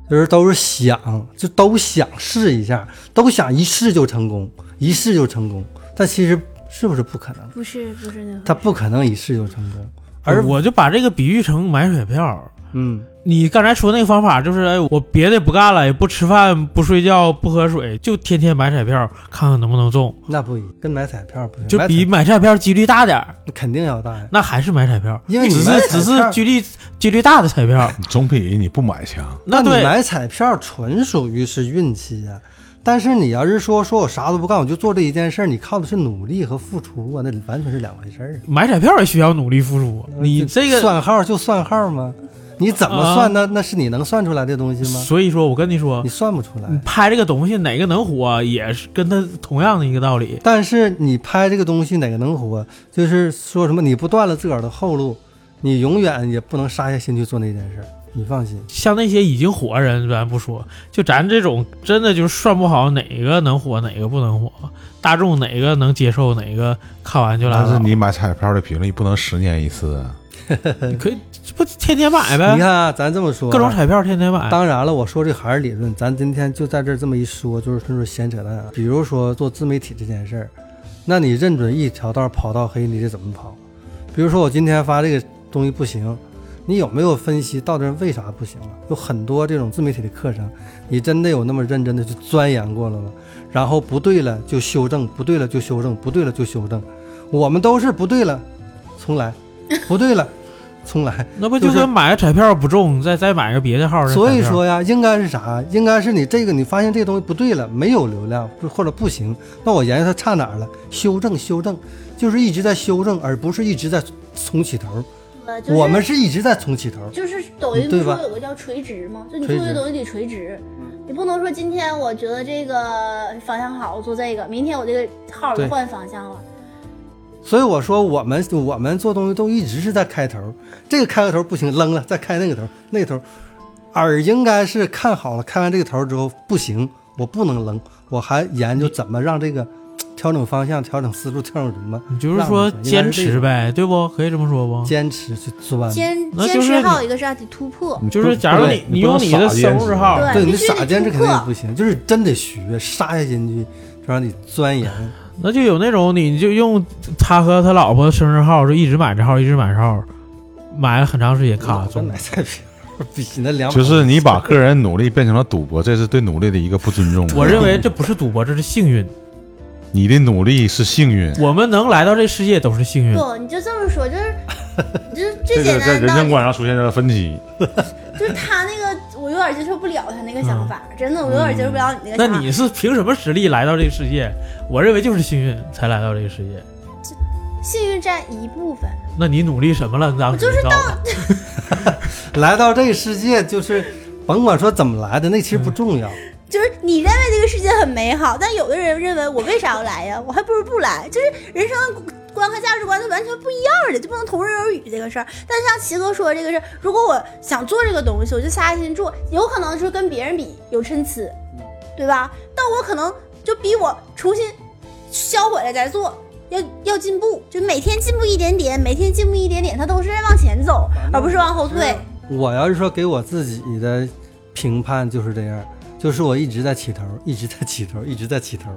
Speaker 1: 就是都是想，就都想试一下，都想一试就成功，一试就成功。但其实是不是不可能？
Speaker 4: 不是不是那
Speaker 1: 他不可能一试就成功。而
Speaker 2: 我就把这个比喻成买彩票。
Speaker 1: 嗯，
Speaker 2: 你刚才说那个方法就是，哎，我别的不干了，也不吃饭，不睡觉，不喝水，就天天买彩票，看看能不能中，
Speaker 1: 那不一样跟买彩票不一样，
Speaker 2: 就
Speaker 1: 买
Speaker 2: 比
Speaker 1: 彩
Speaker 2: 买彩票几率大点儿，
Speaker 1: 肯定要大呀。
Speaker 2: 那还是买彩票，
Speaker 1: 因为你
Speaker 2: 只
Speaker 1: 买
Speaker 2: 是
Speaker 1: 彩
Speaker 2: 只是
Speaker 1: 票
Speaker 2: 几率几率大的彩 票。
Speaker 3: 总比你不买强。
Speaker 2: 那
Speaker 1: 你
Speaker 2: 对，
Speaker 1: 买彩票纯属于是运气呀、但是你要是说说我啥都不干，我就做这一件事儿，你靠的是努力和付出啊，那完全是两回事儿啊。
Speaker 2: 买彩票也需要努力付出。你这个啊
Speaker 1: 算号就算号嘛，你怎么算？那那是你能算出来的东西吗？
Speaker 2: 所以说我跟你说
Speaker 1: 你，算不出来。
Speaker 2: 你拍这个东西哪个能火，也是跟它同样的一个道理。
Speaker 1: 但是你拍这个东西哪个能活？就是说什么你不断了自个儿的后路，你永远也不能杀下心去做那件事儿。你放心，
Speaker 2: 像那些已经火的人，咱不说，就咱这种真的就是算不好哪个能火，哪个不能火，大众哪个能接受，哪个看完就拉倒。
Speaker 3: 但是你买彩票的频率不能十年一次啊，
Speaker 2: 你可以这不天天买
Speaker 1: 你
Speaker 2: 呗，
Speaker 1: 看啊，咱这么说啊，
Speaker 2: 各种彩票天天买。
Speaker 1: 当然了，我说这还是理论，咱今天就在这儿这么一说，就是纯属闲扯淡啊。比如说做自媒体这件事儿，那你认准一条道跑到黑，你得怎么跑？比如说我今天发这个东西不行，你有没有分析到底为啥不行了？有很多这种自媒体的课程，你真的有那么认真的去钻研过了吗？然后不对了就修正，不对了就修正，不对了就修正。我们都是不对了，重来，不对了，重来。
Speaker 2: 那不就
Speaker 1: 就是
Speaker 2: 跟买个彩票不中，再再买个别的号的彩票
Speaker 1: 所以说呀，应该是啥？应该是你这个你发现这东西不对了，没有流量不或者不行，那我研究它差哪儿了，修正修正，就是一直在修正，而不是一直在重启头。
Speaker 4: 呃就是
Speaker 1: 我们是一直在重启头。
Speaker 4: 就是抖音不
Speaker 1: 对
Speaker 4: 是
Speaker 1: 吧
Speaker 4: 说有个叫垂直吗？就你做
Speaker 1: 垂直
Speaker 4: 这东西得垂直，你不能说今天我觉得这个方向好，我做这个，明天我这个号就
Speaker 1: 对
Speaker 4: 换方向了。
Speaker 1: 所以我说我们我们做东西都一直是在开头，这个开个头不行，扔了再开那个头，那个头，而应该是看好了，开完这个头之后不行，我不能扔，我还研究怎么让这个调整方向、调整思路、调整什么，
Speaker 2: 你就是
Speaker 1: 让
Speaker 2: 说
Speaker 1: 我们
Speaker 2: 坚持呗，对不？可以这么说不？
Speaker 1: 坚持去钻。
Speaker 4: 坚
Speaker 2: 那
Speaker 4: 坚
Speaker 2: 就是
Speaker 4: 持
Speaker 2: 你嗯
Speaker 4: 还有一个是让你突破，
Speaker 2: 就是假如
Speaker 1: 对
Speaker 2: 你
Speaker 3: 你不
Speaker 2: 用
Speaker 3: 能
Speaker 2: 你
Speaker 3: 傻
Speaker 2: 的
Speaker 3: 坚
Speaker 2: 生
Speaker 3: 持
Speaker 2: 日号，
Speaker 4: 对
Speaker 1: 对你
Speaker 4: 必须得
Speaker 1: 傻
Speaker 4: 突
Speaker 1: 坚持肯定也
Speaker 4: 破
Speaker 1: 不行，就是真得学，杀下心去，就让你钻研。
Speaker 2: 那就有那种你就用他和他老婆生日号，就一直买这号，一直买这号，买了很长时间，咔
Speaker 1: 真
Speaker 2: 中
Speaker 1: 买
Speaker 2: 了。
Speaker 1: 菜品儿 比那两百
Speaker 3: 就是你把个人努力变成了赌博，这是对努力的一个不尊重。嗯
Speaker 2: 我认为这不是赌博，这是幸运。
Speaker 3: 你的努力是幸运，
Speaker 2: 我们能来到这世界都是幸运。
Speaker 4: 不，你就这么说，就是 你就
Speaker 3: 这个
Speaker 4: 最简
Speaker 3: 在
Speaker 4: 单的
Speaker 3: 人
Speaker 4: 道
Speaker 3: 生
Speaker 4: 理，
Speaker 3: 观上出现了分歧。
Speaker 4: 就是他那个我有点接受不了他那个想法，真的我有点接受不了你那个
Speaker 2: 那
Speaker 4: 想法。
Speaker 2: 你是凭什么实力来到这个世界？我认为就是幸运才来到这个世界。
Speaker 4: 幸运占一部分，
Speaker 2: 那你努力什么了？你当时
Speaker 4: 就是
Speaker 2: 知道吗
Speaker 1: 来到这个世界，就是甭管说怎么来的，那其实不重要。
Speaker 4: 就是你认为这个世界很美好，但有的人认为我为啥要来呀？我还不如不来。就是人生观和价值观是完全不一样的，就不能同日而语这个事儿。但像齐哥说的这个事儿，如果我想做这个东西，我就下心做，有可能就是跟别人比有参差，对吧？但我可能就比我重新销毁了再做。要要进步，就每天进步一点点，每天进步一点点，他都是在往前走，而不是往后退。
Speaker 1: 我要是说给我自己的评判就是这样，就是我一直在起头，一直在起头，一直在起头，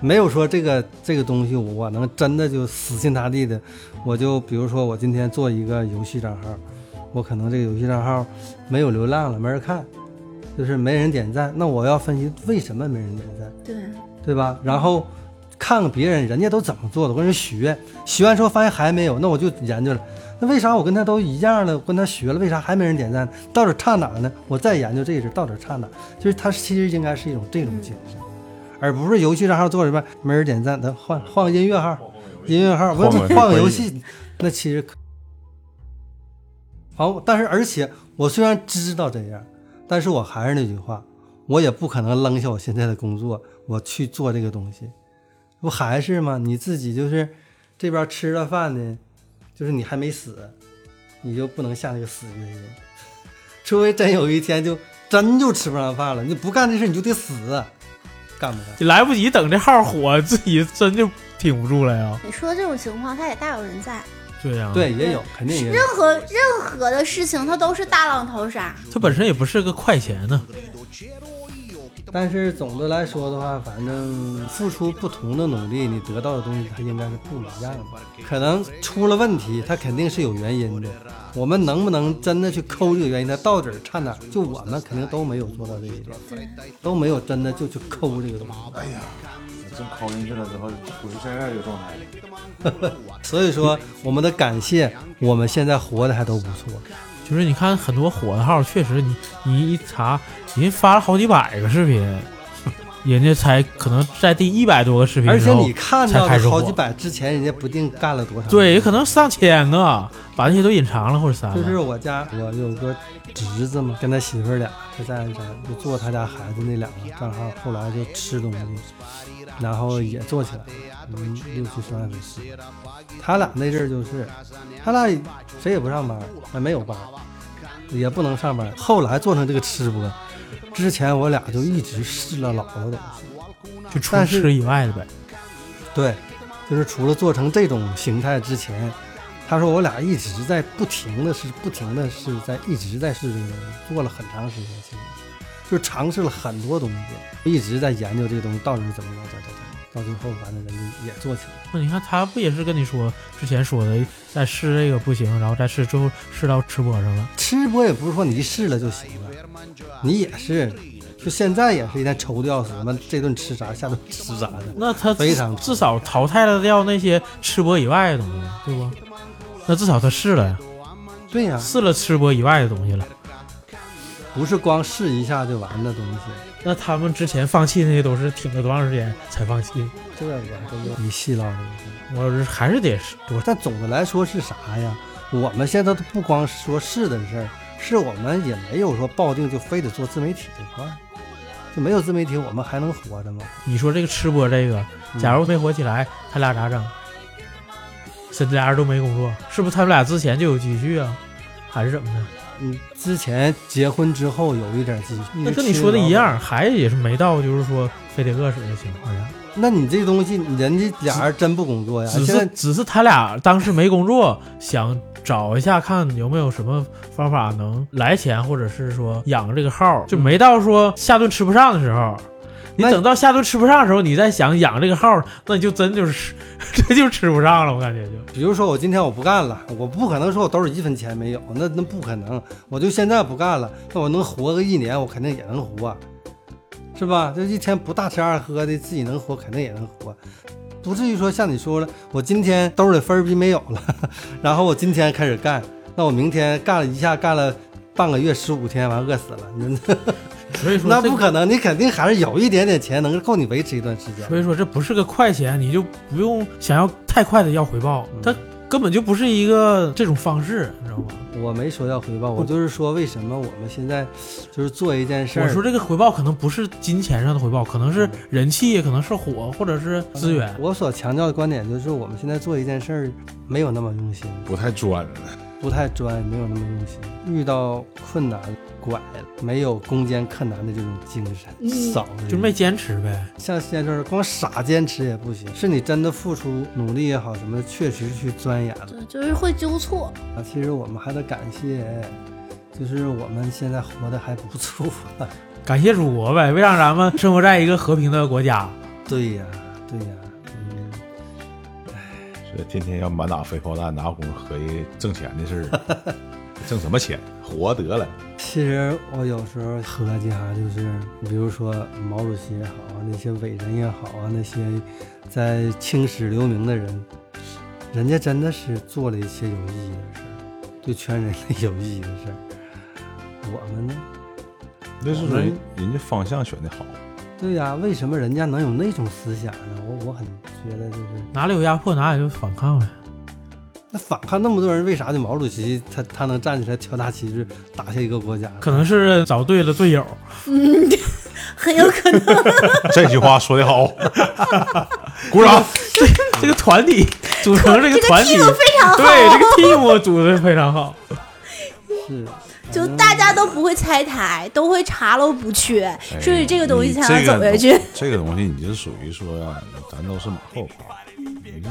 Speaker 1: 没有说这个这个东西我能真的就死心塌地的，我就比如说我今天做一个游戏账号，我可能这个游戏账号没有流量了，没人看，就是没人点赞，那我要分析为什么没人点赞。
Speaker 4: 对，
Speaker 1: 对吧？然后看看别人人家都怎么做的，我跟人学，学完之后发现还没有，那我就研究了，那为啥我跟他都一样了，我跟他学了，为啥还没人点赞？到底差哪儿呢？我再研究这一事，到底差哪儿？就是他其实应该是一种这种精神，而不是游戏账号做什么没人点赞，咱换换个音乐号，音乐号，不
Speaker 3: 换
Speaker 1: 是
Speaker 3: 个
Speaker 1: 换个
Speaker 3: 回
Speaker 1: 游
Speaker 3: 忆
Speaker 1: 戏，那其实可。好，但是而且我虽然知道这样，但是我还是那句话，我也不可能扔下我现在的工作，我去做这个东西，不还是吗？你自己就是这边吃了饭呢，就是你还没死，你就不能下那个死决心，除非真有一天就真就吃不上饭了，你不干这事你就得死，啊干不干？
Speaker 2: 你来不及等这号火，自己真就挺不住了呀。
Speaker 4: 你说这种情况，他也大有人在。
Speaker 2: 对呀、，
Speaker 1: 对，也有，肯定也有
Speaker 4: 任。何任何的事情，它都是大浪淘沙。
Speaker 2: 它本身也不是个快钱呢。
Speaker 1: 但是总的来说的话，反正付出不同的努力，你得到的东西它应该是不一样的。可能出了问题，它肯定是有原因的。我们能不能真的去抠这个原因，它到底儿差哪儿？就我们肯定都没有做哎到这一点，都没有真的就去抠这个东西。
Speaker 6: 真抠进去了之后，不是现在这个状态了。
Speaker 1: 所以说，我们的感谢，我们现在活的还都不错。
Speaker 2: 就是你看很多火的号，确实你你一查，人家发了好几百个视频，人家才可能在第一百多个视频
Speaker 1: 而
Speaker 2: 之
Speaker 1: 且
Speaker 2: 后，
Speaker 1: 你看到
Speaker 2: 才开
Speaker 1: 的
Speaker 2: 始火
Speaker 1: 好几百之前，人家不定干了多少。
Speaker 2: 对，也可能上千个，把那些都隐藏了或者删
Speaker 1: 就是
Speaker 2: 了。
Speaker 1: 我家我有个侄子嘛，跟他媳妇儿俩在家里山，就做他家孩子那两个账号，后来就吃东西，然后也做起来了，嗯，六七十万粉丝。他俩那阵儿就是，他俩谁也不上班，也没有班，也不能上班。后来做成这个吃播，之前我俩就一直试了老多东西，
Speaker 2: 就除
Speaker 1: 但是
Speaker 2: 吃以外的呗，
Speaker 1: 对，就是除了做成这种形态之前，他说我俩一直在不停的试，不停的试，在一直在试这个东西，做了很长时间，其实就是尝试了很多东西，一直在研究这个东西到底是怎么着，咋咋咋，到最后反正人家也做起来了。
Speaker 2: 那你看他不也是跟你说之前说的，在试这个不行，然后再试，最后试到吃播上了。
Speaker 1: 吃播也不是说你一试了就行了，你也是，就现在也是一天愁的要死，妈这顿吃啥，下顿吃啥的。
Speaker 2: 那他
Speaker 1: 非
Speaker 2: 至
Speaker 1: 常
Speaker 2: 至少淘汰了掉那些吃播以外的东西，对不？那至少他试了呀，
Speaker 1: 嗯对呀、
Speaker 2: 试了吃播以外的东西了。
Speaker 1: 不是光试一下就完的东西，
Speaker 2: 那他们之前放弃那些都是挺了多长时间才放弃？
Speaker 1: 这个我还真就一细唠这个。
Speaker 2: 我是还是得试多
Speaker 1: 但总的来说是啥呀？我们现在都不光说是的事儿，是我们也没有说抱定就非得做自媒体这块儿，就没有自媒体我们还能活着吗？
Speaker 2: 你说这个吃播这个，假如没火起来，他俩咋整？这俩人都没工作，是不是他们俩之前就有积蓄啊，还是怎么的？
Speaker 1: 嗯，之前结婚之后有一点积蓄，
Speaker 2: 那跟你说的一。样，孩子也是没到就是说非得饿死的情况下，
Speaker 1: 那你这东西，人家俩人真不工作呀？
Speaker 2: 只
Speaker 1: 呃现
Speaker 2: 是
Speaker 1: 在
Speaker 2: 只是他俩当时没工作，想找一下看有没有什么方法能来钱，或者是说养这个号，就没到说下顿吃不上的时候。
Speaker 1: 嗯
Speaker 2: 你
Speaker 1: 那
Speaker 2: 等到下顿吃不上的时候，你再想养这个号，那你就真就是 真就吃不上了，我感觉就。
Speaker 1: 比如说我今天我不干了，我不可能说我兜里一分钱没有，那那不可能。我就现在不干了，那我能活个一年，我肯定也能活，是吧？这一天不大吃二喝的，自己能活肯定也能活，不至于说像你说了，我今天兜里分儿逼没有了， 然后我今天开始干，那我明天干了一下干了。半个月十五天，完饿死了，你
Speaker 2: 所以说
Speaker 1: 那
Speaker 2: 这
Speaker 1: 不
Speaker 2: 个
Speaker 1: 可能，你肯定还是有一点点钱能够你维持一段时间。
Speaker 2: 所以说这不是个快钱，你就不用想要太快的要回报，
Speaker 1: 嗯
Speaker 2: 它根本就不是一个这种方式，你知道吗？
Speaker 1: 我没说要回报，我就是说为什么我们现在就是嗯做一件事儿，
Speaker 2: 我说这个回报可能不是金钱上的回报，可能是人气，可能是火，或者是资源。
Speaker 1: 我所强调的观点就是，我们现在做一件事儿没有那么用心，
Speaker 3: 不太专了。
Speaker 1: 不太专，没有那么用心。遇到困难拐了，没有攻坚克难的这种精神，
Speaker 4: 嗯
Speaker 1: 少了
Speaker 2: 就没坚持呗。
Speaker 1: 像现在这儿光傻坚持也不行，是你真的付出努力也好，什么的确实去钻研了。
Speaker 4: 对，就是会纠错。
Speaker 1: 啊，其实我们还得感谢，就是我们现在活得还不错。
Speaker 2: 感谢祖国呗，为让咱们生活在一个和平的国家。
Speaker 1: 对呀，对呀，嗯，
Speaker 3: 这天天要满打肥炮弹，哪有功夫合计挣钱的事儿？ 挣什么钱？活得了。
Speaker 1: 其实我有时候合计哈、就是比如说毛主席也好啊，那些伟人也好啊，那些在青史留名的人，人家真的是做了一些有意义的事儿，对全人类有意义的事儿。我们呢？
Speaker 3: 那是人人家方向选的好，
Speaker 1: 对呀、为什么人家能有那种思想呢？我我很觉得就是，
Speaker 2: 哪里有压迫，哪里就反抗呗。
Speaker 1: 那反抗那么多人，为啥就毛主席他他能站起来挑大旗帜打下一个国家？
Speaker 2: 可能是找对了队友，
Speaker 4: 很有可能
Speaker 3: 这句话说的好，鼓掌。
Speaker 2: 这个团体组成这个团体，
Speaker 4: 这个 team 非常好
Speaker 2: 对这个 team 组的非常好。
Speaker 1: 是，
Speaker 4: 就大家都不会拆台，都会查漏补缺，
Speaker 2: 哎
Speaker 4: 所以这个东西才能
Speaker 3: 哎你这个
Speaker 4: 走下去。
Speaker 3: 这个东西你就属于说呀、咱都是马后炮。人家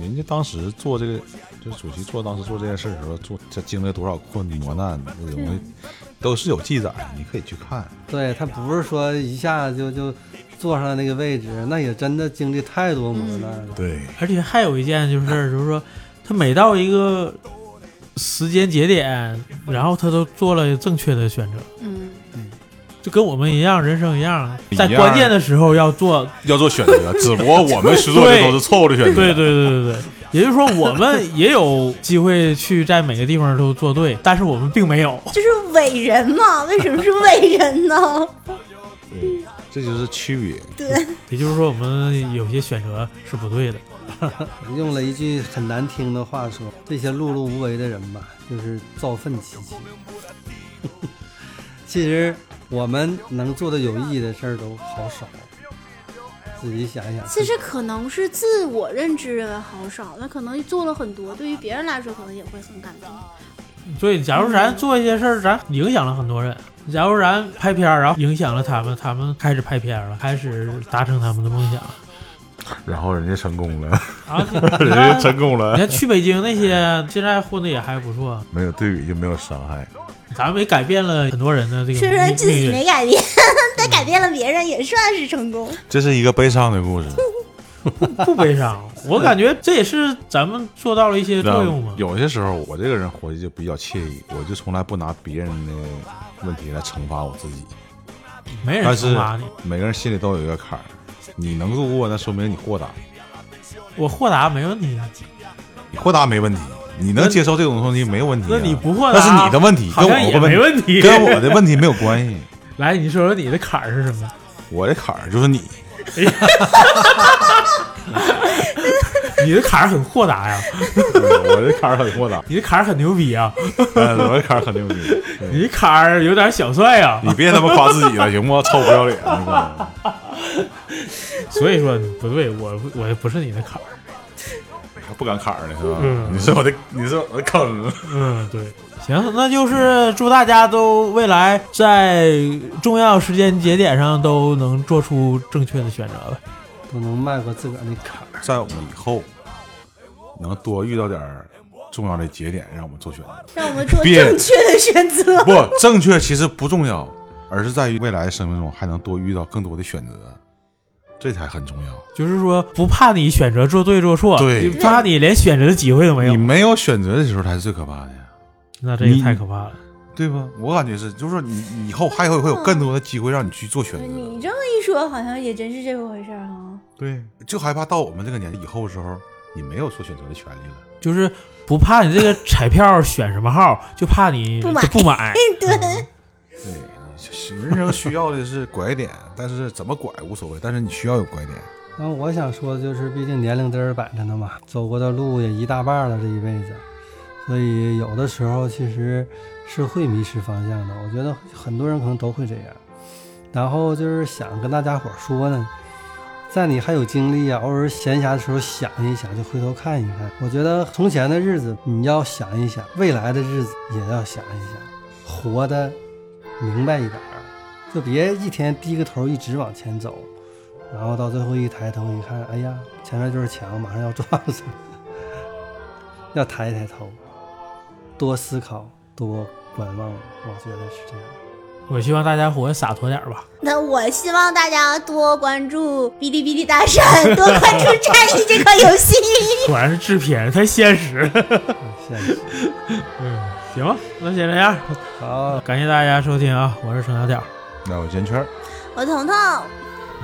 Speaker 3: 人家当时做这个，就主席做当时做这件事的时候，做这经历了多少困磨难，这东西
Speaker 4: 嗯
Speaker 3: 都是有记载，你可以去看。
Speaker 1: 对他不是说一下就就坐上那个位置，那也真的经历太多磨难了。
Speaker 3: 对，
Speaker 2: 而且还有一件就是，就是说他每到一个时间节点，然后他都做了正确的选择，
Speaker 4: 嗯，
Speaker 2: 就跟我们一样，人生一样，啊在
Speaker 3: 一样
Speaker 2: 关键的时候要做
Speaker 3: 要做选择，只不过我们实做的都是错误的选择。
Speaker 2: 对对对对对，也就是说，我 们也有机会去在每个地方都做对，但是我们并没有。
Speaker 4: 就是伟人嘛，为什么是伟人呢？
Speaker 3: 这就是区别。
Speaker 2: 也就是说，我们有些选择是不对的。
Speaker 4: 嗯
Speaker 1: 用了一句很难听的话说，这些碌碌无为的人吧，就是造粪七七。 其实我们能做的有意义的事儿都好少，自己想一想。
Speaker 4: 其实可能是自我认知认为好少，那可能做了很多，对于别人来说可能也会很感动。
Speaker 2: 嗯所以，假如咱做一些事儿，咱影响了很多人。假如咱拍片儿，然后影响了他们，他们开始拍片儿了，开始达成他们的梦想。
Speaker 3: 然后人家成功了，
Speaker 2: 啊，你
Speaker 3: 人家
Speaker 2: 看，
Speaker 3: 就 成功
Speaker 2: 你
Speaker 3: 了，
Speaker 2: 看去北京那些，现在混的也还不错，
Speaker 3: 没有对比就没有伤害。
Speaker 2: 咱们也改变了很多人的这个
Speaker 4: 虽然自
Speaker 2: 命
Speaker 4: 己
Speaker 2: 运。
Speaker 4: 没改变，
Speaker 2: 嗯
Speaker 4: 但改变了别人也算是成功。
Speaker 3: 这是一个悲伤的故事，
Speaker 2: 不悲伤。我感觉这也是咱们做到了一些作用嘛。
Speaker 3: 有些时候我这个人活得就比较惬意，我就从来不拿别人的问题来惩罚我自己。
Speaker 2: 没人
Speaker 3: 但是
Speaker 2: 惩罚你，
Speaker 3: 每个人心里都有一个坎儿，你能度过，那说明你豁达。
Speaker 2: 我豁达没问题。
Speaker 3: 你豁达没问题，你能接受这种东西没有问题、啊。
Speaker 2: 那你不豁达，
Speaker 3: 那是你的问题，
Speaker 2: 好
Speaker 3: 跟
Speaker 2: 像
Speaker 3: 我
Speaker 2: 也
Speaker 3: 的问
Speaker 2: 没
Speaker 3: 题，
Speaker 2: 问题。
Speaker 3: 跟我的问题没有关系。
Speaker 2: 来，你说说你的坎儿是什么？
Speaker 3: 我的坎儿就 是你，
Speaker 2: 你的坎儿很豁达呀，
Speaker 3: 我的坎儿很豁达，
Speaker 2: 你的坎儿很牛逼啊，
Speaker 3: 嗯我的坎儿很牛逼。对
Speaker 2: 你的坎儿有点小帅啊呀。
Speaker 3: 你别他妈夸自己了，行不？臭不要脸！那个
Speaker 2: 所以说不对，我我不是你的坎儿。
Speaker 3: 还不敢坎儿呢，是吧？
Speaker 2: 嗯
Speaker 3: 你是我的，你是我的坑。
Speaker 2: 嗯，对。行，那就是祝大家都未来在重要时间节点上都能做出正确的选择吧。
Speaker 1: 都能迈过自个儿那坎儿，
Speaker 3: 在我们以后能多遇到点儿重要的节点，让我们做选择。
Speaker 4: 让我们做
Speaker 3: 别
Speaker 4: 正确的选择。
Speaker 3: 不， 正确其实不重要，而是在于未来的生命中还能多遇到更多的选择，这才很重要。
Speaker 2: 就是说不怕你选择做对做错，
Speaker 3: 对
Speaker 2: 就怕你连选择的机会都没
Speaker 3: 你
Speaker 2: 有，
Speaker 3: 没有选择的时候才是最可怕的呀，
Speaker 2: 那这个太可怕了。
Speaker 3: 对吧？我感觉是，就是说你你以后还会会有更多的机会让你去做选择。
Speaker 4: 你这么一说，好像也真是这么回事儿、哈。
Speaker 3: 对，就害怕到我们这个年纪以后的时候，你没有做选择的权利了。
Speaker 2: 就是不怕你这个彩票选什么号，就怕你
Speaker 4: 不买
Speaker 2: 就不
Speaker 4: 哎
Speaker 2: 买。
Speaker 3: 对，啊是人生需要的是拐点，但是怎么拐无所谓，但是你需要有拐点。
Speaker 1: 然后我想说的就是，毕竟年龄在这儿摆着呢嘛，走过的路也一大半儿了，这一辈子，所以有的时候其实是会迷失方向的。我觉得很多人可能都会这样。然后就是想跟大家伙儿说呢，在你还有精力啊，偶尔闲暇的时候想一想，就回头看一看。我觉得从前的日子你要想一想，未来的日子也要想一想，活得明白一点儿，啊就别一天低个头一直往前走。然后到最后一抬头一看，哎呀，前面就是墙，马上要撞上了， 要抬一抬头，多思考，多观望，我觉得是这样。
Speaker 2: 我希望大家活得洒脱点儿吧。
Speaker 4: 那我希望大家多关注哔哩哔哩大山，多关注战役这款游戏。
Speaker 2: 果然是制片太现实。
Speaker 1: 谢谢。
Speaker 2: 行吧，那先这样，
Speaker 1: 好，
Speaker 2: 感谢大家收听啊！我是程小屌，
Speaker 3: 那我先圈儿。
Speaker 4: 我彤彤，
Speaker 1: 我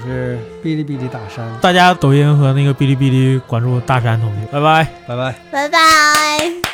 Speaker 1: 是哔哩哔哩大山，
Speaker 2: 大家抖音和那个哔哩哔哩关注大山同学，拜拜。
Speaker 1: 拜拜。
Speaker 4: 拜拜。